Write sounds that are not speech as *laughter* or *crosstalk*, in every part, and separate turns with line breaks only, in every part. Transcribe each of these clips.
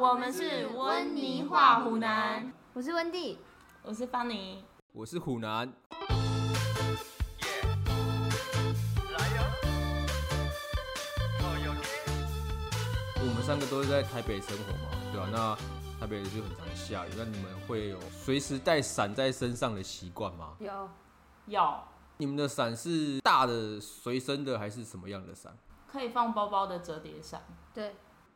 我们是温妮画湖南，
我是温蒂，
我是方妮。
我是虎南，哎
来哟，好有劲！
我们三个都是在台北生活嘛，对吧、啊那台北就很常下雨，那你们会有随时带伞在身上的习惯吗？
有
有
你们的伞是大的随身的还是什么样的伞？
可以放包包的折叠 *laughs* 伞，
对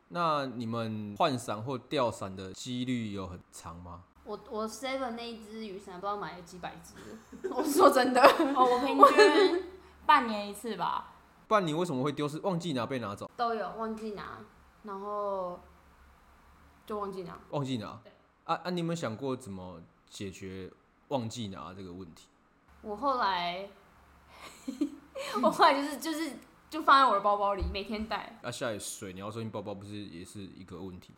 那你们换伞或掉伞的几率有很长吗？
我我 seven 那一只雨伞不知道买了几百只， *laughs* 我说真的，
哦，我平均半年一次吧。
不然你为什么会丢失？忘记拿被拿走？
都有忘记拿，然后就忘记拿。
忘记拿？啊啊！你有没有想过怎么解决忘记拿这个问题？
我后来， *laughs* 我后来就是就是就放在我的包包里，每天带。
啊，下雨水你要收进包包，不是也是一个问题？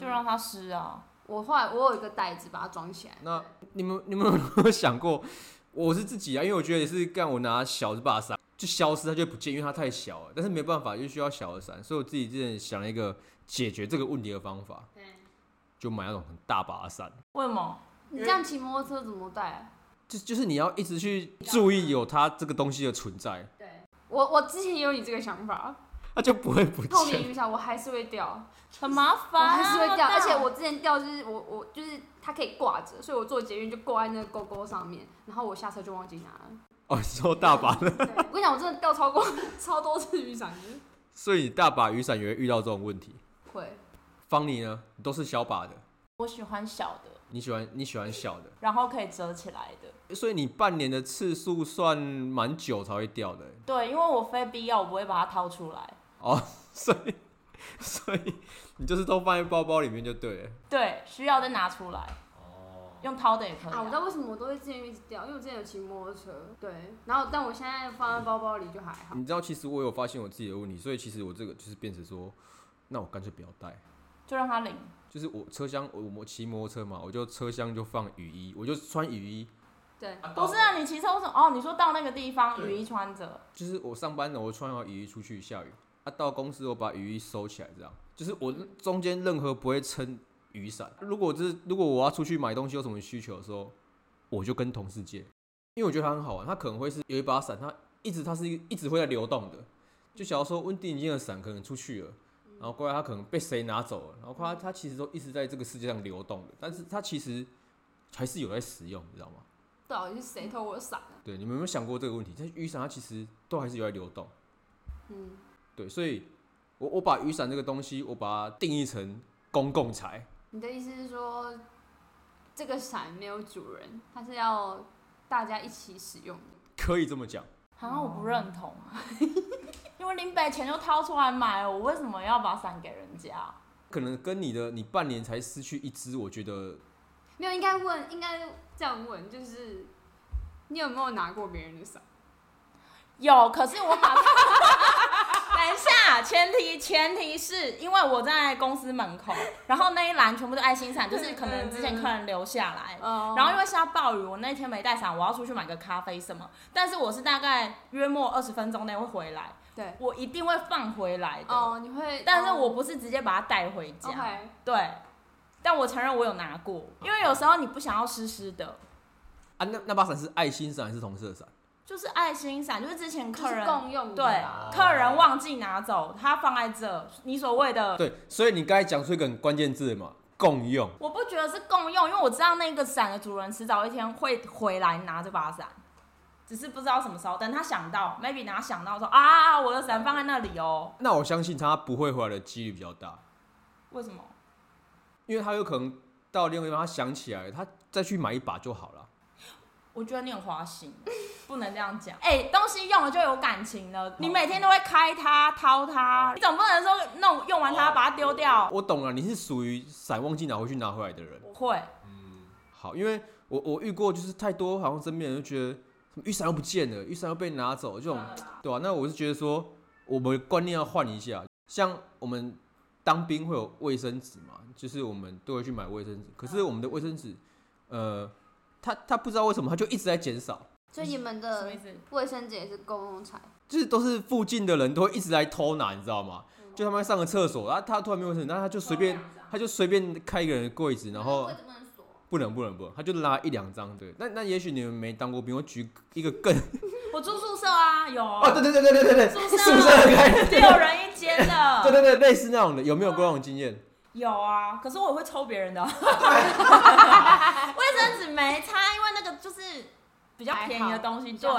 就让它湿啊。
我后来我有一个袋子把它装起来，
那你们 *laughs* 你们有没有想过，我是自己啊？因为我觉得也是干，我拿小的把伞就消失，它就不见，因为它太小了。但是没办法，就需要小的伞，所以我自己之前想了一个解决这个问题的方法，就买那种很大把的伞。
为什么？
你这样骑摩托车怎么带啊？
就就是你要一直去注意有它这个东西的存在，
我我之前也有你这个想法，
它就不会不
透明
见。
雨伞我还是会掉，
很麻
我
烦啊，
还是会
那么
掉，
大
而且我之前掉就是我我就是它可以挂着，所以我坐捷运就挂在那个勾勾上面，然后我下车就忘记拿了。
*laughs*
*laughs*
哦，你说大把的，
对我跟你讲，我真的掉超过超多次雨伞的，
所以你大把雨伞也会遇到这种问题。
会
方妮呢，你都是小把的，
我喜欢小的，
你喜欢你喜欢小的，
然后可以折起来的。
所以你半年的次数算蛮久才会掉的欸。
对，因为我非必要，我不会把它掏出来。
哦，所以 *laughs* 所以你就是都放在包包里面就对了。
对，需要再拿出来。用掏的也可以、
啊！我知道为什么我都会之前一直掉，因为我之前有骑摩托车，对，然后但我现在放在包包里就还好。
你知道，其实我有发现我自己的问题，所以其实我这个就是变成说，那我干脆不要带。
就让它领。
就是我车厢，我我骑摩托车嘛，我就车厢就放雨衣，我就穿雨衣。
对，
不是啊，你骑车为什么？哦，你说到那个地方，雨衣穿着，
就是我上班了，我穿好雨衣出去下雨，啊，到公司我把雨衣收起来，这样就是我中间任何不会撑雨伞。如果这如果我要出去买东西有什么需求的时候，我就跟同事借，因为我觉得它很好玩，它可能会是有一把伞，它一直它是一一直会在流动的。就假如说温蒂已经的伞可能出去了，然后过来它可能被谁拿走了，然后过来它其实都一直在这个世界上流动的，但是它其实还是有在使用，你知道吗？
到底是谁偷我的伞啊？
对，你们有没有想过这个问题？它雨伞它其实都还是有在流动。
嗯，
对，所以我我把雨伞这个东西，我把它定义成公共财，
你的意思是说，这个伞没有主人，它是要大家一起使用的？
可以这么讲。
好啊像我不
哦
认同， *laughs* 因为林北钱就掏出来买了，我为什么要把伞给人家？
可能跟你的你半年才失去一只，我觉得
没有，应该问，应该这样问，就是你有没有拿过别人的伞？
有，可是我
*laughs*
把。等一下，前提前提是因为我在公司门口，然后那一栏全部都爱心伞，就是可能之前客人留下来，
哦
然后因为下暴雨，我那天没带伞，我要出去买个咖啡什么，但是我是大概约莫二十分钟内会回来，
对，
我一定会放回来的。
哦，你会，
但是我不是直接把它带回家
OK，
对。但我承认我有拿过，因为有时候你不想要湿湿的，
啊，那那把伞是爱心伞还是同色伞？
就是爱心伞，就是之前
就
客
是
人
共用的
对
啦，
客人忘记拿走，他放在这，你所谓的。
对，所以你刚才讲出一个很关键字嘛，共用。
我不觉得是共用，因为我知道那个伞的主人迟早一天会回来拿这把伞，只是不知道什么时候。等他想到，maybe 等他想到说啊，我的伞放在那里哦，
那我相信它不会回来的几率比较大，
为什么？
因为它有可能到另外一个地方，它想起来了，它再去买一把就好了。
我觉得你很花
*laughs*
心，不能这样讲。哎、东西用了就有感情了，
哦
你每天都会开它、掏它，你总不能说弄用完它把它丢
哦
掉。
我懂了，你是属于伞忘记拿回去拿回来的人。
我会，
嗯好，因为我我遇过就是太多，好像身边人就觉得什么雨伞又不见了，雨伞又被拿走，这种对啊？那我是觉得说，我们观念要换一下。像我们当兵会有卫生纸嘛，就是我们都会去买卫生纸，可是我们的卫生纸，呃，它它不知道为什么它就一直在减少，
所以你们
什么
的
意思？
卫生纸也是公共财，
就是都是附近的人都会一直来偷拿，你知道吗？就他们上个厕所，然后他突然没有厕所，然后他就随便，他就随便开一个人的柜子，然后
柜子不能锁，
不能不能不能，他就拉一两张，对。那那也许你们没当过兵，我举一个更
我住宿舍啊，有
哦，对对对对对对
宿
对，
舍
宿舍开，
六人一间
对
的，
对对，类似那种的，有没有过那种经验？
有啊。可是我会抽别
*laughs*
人的，卫生纸没擦，因为那个就是比较便宜的东西。对，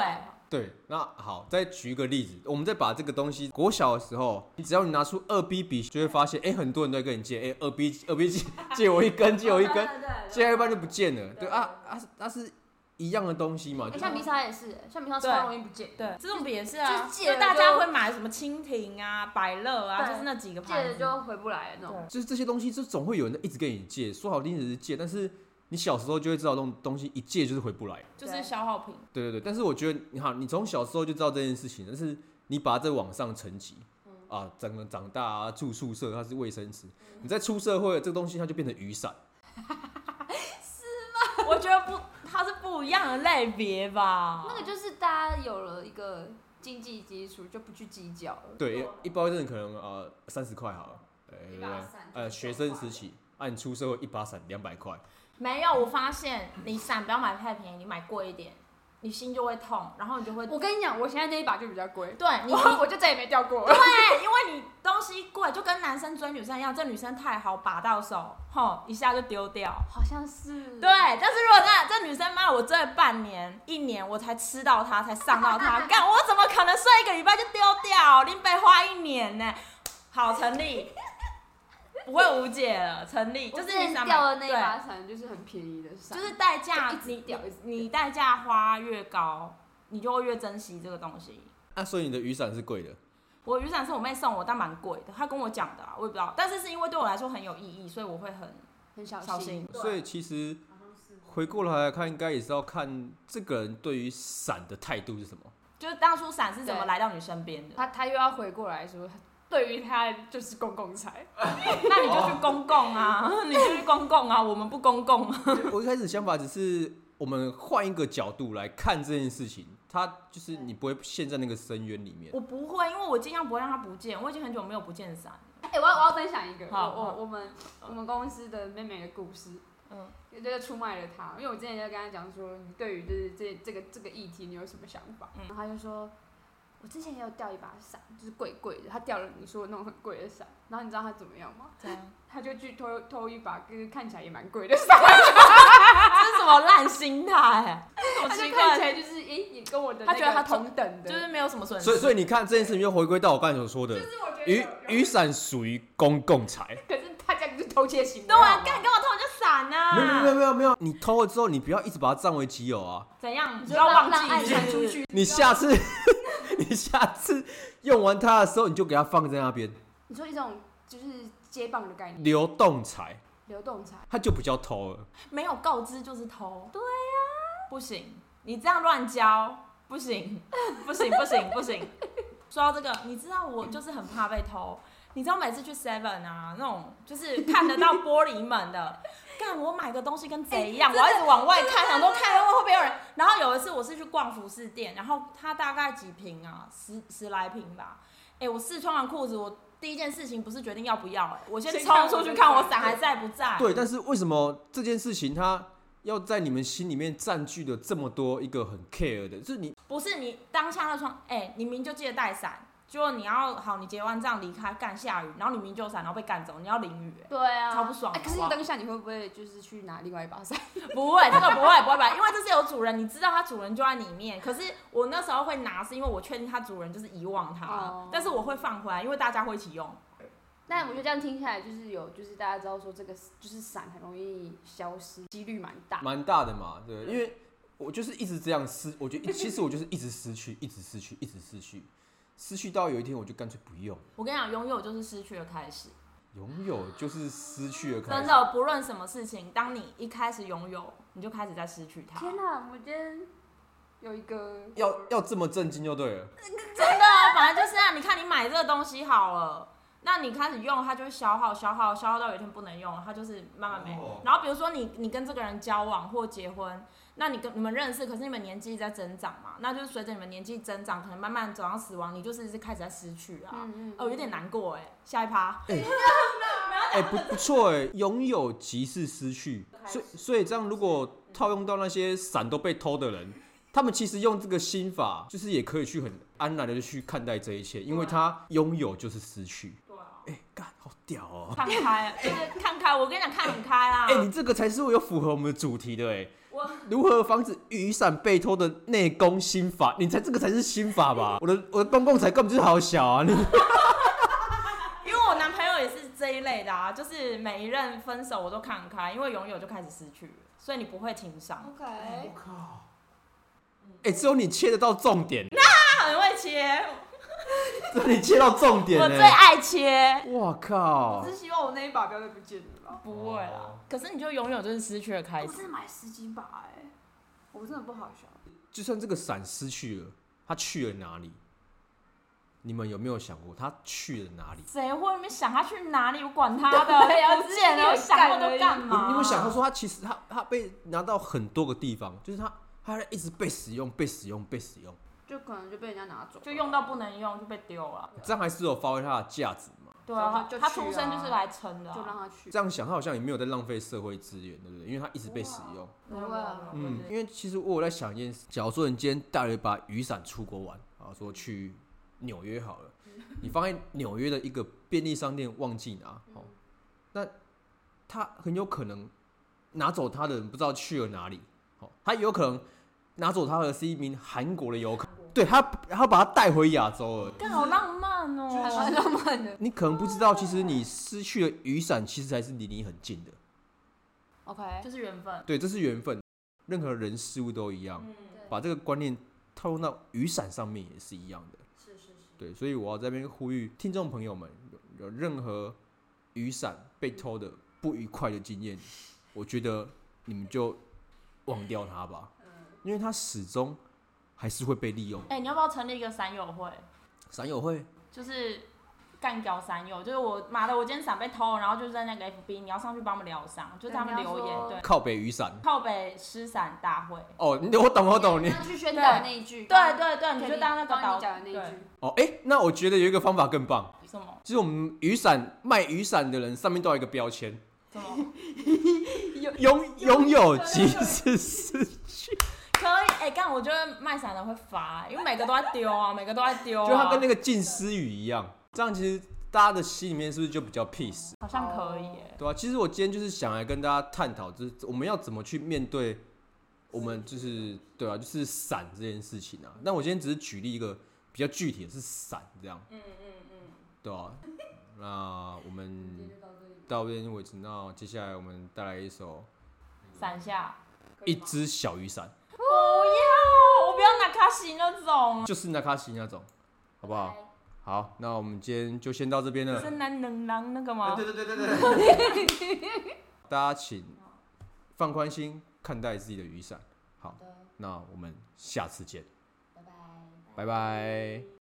对，那好，再举一个例子，我们再把这个东西，国小的时候，你只要你拿出二 B 笔，就会发现，哎、很多人都在跟你借，哎、二 B 借二 B 借 *laughs* 借我一根，借我一根，借到一半就不见了，对啊啊，它是一样的东西嘛，
哎、
就是
橡皮擦也是、橡皮擦
对
超容易不见，
对，这种也是啊，
就是借
就
了
大家
就
会买什么蜻蜓啊、百乐啊，
对
就是那几个
借
牌
了
子。
就回不来了那种。
就是这些东西，就总会有人一直跟你借，说好听只是借，但是你小时候就会知道，这种东西一借就是回不来。
就是消耗品。
对对对，但是我觉得你好，你从小时候就知道这件事情，但是你把它再往上层级，
嗯
啊，长长大啊，住宿舍它是卫生纸，
嗯
你在出社会这个东西它就变成雨伞，
我觉得不，它是不一样的类别吧。
那个就是大家有了一个经济基础就不去计较了。
对，一包一阵可能呃三十块好了，呃
哦一把伞
呃学生时期，啊你出社会一把伞两百块，
没有，我发现你伞不要买太便宜，你买贵一点，你心就会痛，然后你就会
我跟你讲，我现在这一把就比较贵，
对你。
我我就再也没掉过了。
对，因为你东西贵，就跟男生追女生一样，这女生太好把到手，吼一下就丢掉。
好像是，
对，但是如果这这女生妈，我追了半年、一年，我才吃到她，才上到 *laughs* 她，干我怎么可能睡一个礼拜就丢掉？林北花一年呢、好，成立，不会无解了，成立。
我
就
之
是你
前
想买
掉的那一
对
把伞就是很便宜的伞，
就是代价
就一直
你
掉一直
你代价花越高，你就会越珍惜这个东西。
啊所以你的雨伞是贵的，
我雨伞是我妹送我，但蛮贵的，她跟我讲的、啊，我也不知道。但是是因为对我来说很有意义，所以我会很
很小
小心。
所以其实
啊好像是
回过头来看，应该也是要看这个人对于伞的态度是什么。
就是当初伞是怎么
对
来到你身边的，
他他又要回过来说，对于他就是公共财，
那你就去公共 *laughs* 啊，你就去公共啊，我们不公共啊。
*laughs* 我一开始想法只是我们换一个角度来看这件事情，它就是你不会陷在那个深渊里面。
我不会，因为我尽量不会让它不见，我已经很久没有不见伞了。
哎、我要我要分享一个，
好
我
好
我我们我们公司的妹妹的故事，
嗯，
也就是出卖了她，因为我之前就跟她讲说，你对于就是这这个这个议题你有什么想法？
嗯
然后她就说，我之前也有掉一把伞，就是贵贵的，她掉了你说的那种很贵的伞，然后你知道她怎么样吗？
这样，
她就去偷偷一把，就是看起来也蛮贵的伞，
这是什么烂心态？这
她
么
就
奇
看起
怪，
来就是，诶、也跟我的
她觉得
那个
她
同等的，
就是没有什么损失。
所以，所以你看这件事情又回归到我刚才所说的，
是我觉得
雨
有
雨伞属于公共财。
可是她这样就是偷窃行为，
对啊
好，吗
干跟我偷人家伞
没
啊？
有没有没有没有没有，你偷了之后，你不要一直把它占为己有啊！
怎样？你
就
不要
让
忘
让爱
记
传出去。
你下次 *laughs* 你下次用完它的时候，你就给它放在那边，
你说一种就是接棒的概念，
流动财，
流动财。
它就不叫偷了。
没有告知就是偷。对呀、不行，你这样乱教不行，不行，不行，不行。 *laughs* 说到这个，你知道我就是很怕被偷。你知道每次去 Seven 啊，那种就是看得到玻璃门的，干我买个东西跟贼一样，我要一直往外看，想说看会不会有人。然后有一次我是去逛服饰店，然后它大概几瓶啊，十十来瓶吧。哎、我试穿完裤子，我第一件事情不是决定要不要、哎，我先
先看
冲出去看我伞还在不在。
对，但是为什么这件事情它要在你们心里面占据了这么多一个很 care 的？就是你
不是你当下那窗，哎、你明明就记得带伞，结果你要好，你结完账离开，干下雨，然后你明明就有伞，然后被赶走，你要淋雨、 *laughs* 哎
对啊
超不爽
哎、可是
好不好
你当下你会不会就是去拿另外一把 *laughs* 伞？
不会，这个不会，不会，不会，因为这是有主人，你知道它主人就在里面。可是我那时候会拿，是因为我确定它主人就是遗忘它
哦
但是我会放回来，因为大家会一起用。
但我觉得这样听下来，就是有，就是大家知道说这个就是伞很容易消失，几率蛮大。
蛮大的嘛，对，因为我就是一直这样失，我觉得其实我就是一直失去，一直失去，一直失去，失去到有一天我就干脆不用，
我跟你讲，拥有就是失去的开始，
拥有就是失去的开
真
始。
的，不论什么事情，当你一开始拥有，你就开始在失去它。
天哪、我们今天有一个
要要这么震惊就对了，
真的啊，本来就是啊。你看你买这个东西好了，那你开始用它就会消耗、消耗、消耗到有一天不能用了，它就是慢慢没。
哦
然后比如说你你跟这个人交往或结婚，那你跟你们认识，可是你们年纪在增长嘛，那就是随着你们年纪增长，可能慢慢走向死亡，你就是一直开始在失去啊。
嗯嗯
哦，有点难过哎、下一趴，
哎、不不错哎、拥有即是失去，所以所以这样如果套用到那些伞都被偷的人，他们其实用这个心法，就是也可以去很安然的去看待这一切，因为他拥有就是失去。
对啊，
哎、干，好屌哦、
看开，就是看开，我跟你讲，看很开啦。
哎、你这个才是有符合我们的主题的哎、
啊我
如何防止雨伞被偷的内功心法？你才这个才是心法吧？
*laughs*
我的我的公共才根本就是好小啊！你
因为我男朋友也是这一类的啊，就是每一任分手我都看很开，因为拥有就开始失去了，所以你不会情商。
，OK，
靠！哎、只有你切得到重
*laughs*
点，
他很会切，
只有你切到重点、欸。
我最爱切。
哇靠！
只希望我那一把不要再不见了吧。
不会啦
哦，
可是你就拥有就是失去的开
我
始。
真的买十几把哎、我真的不好笑。
就算这个伞失去了，它去了哪里？你们有没有想过它去了哪里？
谁会没想他去哪里？我管他 *laughs* 的，不见了，我想那么多干
你
嘛？
有没有想过说它其实它它被拿到很多个地方，就是它它一直被使用、被使用、被使用，
就可能就被人家拿走了，
就用到不能用就被丢了？
这样还是有发挥它的价值嘛？
对啊，
就就去啊
他出生就是来撑的啊、
就让他去。
这样想，它好像也没有在浪费社会资源，对不对？因为它一直被使用。
没有没有没有
嗯
*laughs*
对，
因为其实我有在想一件事，假如说你今天带了一把雨伞出国玩，啊，说去纽约好了，你发现纽约的一个便利商店忘记拿，哦，那他很有可能拿走他的人不知道去了哪里，哦，他有可能拿走他的是一名韩国的游客，对他，他把他带回亚洲了。
干好浪漫哦、*laughs*
还蛮浪漫的。
你可能不知道，其实你失去了雨伞，其实才是离你很近的。
OK，
就是缘分。
对，这是缘分，任何人事物都一样。
嗯，
把这个观念套用到雨伞上面也是一样的。
是是是。
对，所以我要在这边呼吁听众朋友们，有有任何雨伞被偷的不愉快的经验，我觉得你们就忘掉它吧，因为它始终还是会被利用。
哎、你要不要成立一个伞友会？
伞友会，
就是干掉伞友，就是我妈的，我今天伞被偷，然后就在那个 FB，你要上去帮我们疗伤，就是他们
对你要
留言，
说
对，
靠北雨伞。
靠北失伞大会。
哦，你我懂，我懂你
你。要去宣导那一句，嗯
对对对，
刚
你
刚
就当那个
刚刚
导
你讲的那一
对
句，
哦，哎、那我觉得有一个方法更棒，
什么
就是我们雨伞卖雨伞的人上面都有一个标签，
什么
拥拥有即是失
可以？哎、干，我觉得卖伞的会罚、因为每个都在丢啊，每个都在丢、啊，
*laughs* 就它跟那个近思语一样，这样其实大家的心里面是不是就比较 peace，
好像可以、欸耶。
对吧、啊其实我今天就是想来跟大家探讨，就是我们要怎么去面对我们就是对啊，就是伞这件事情啊。那我今天只是举例一个比较具体的是伞这样，
嗯嗯嗯，
对啊。那我们到这边为止，那接下来我们带来一首
伞下
《一只小雨伞
哦
不要，我不要拿卡西那种，》，啊
就是那卡西那种，好不好？好，那我们今天就先到这边了。
是男能狼那个吗？
哎对对对对对。大家请放宽心看待自己的雨伞。好，那我们下次见，
拜拜。
拜拜。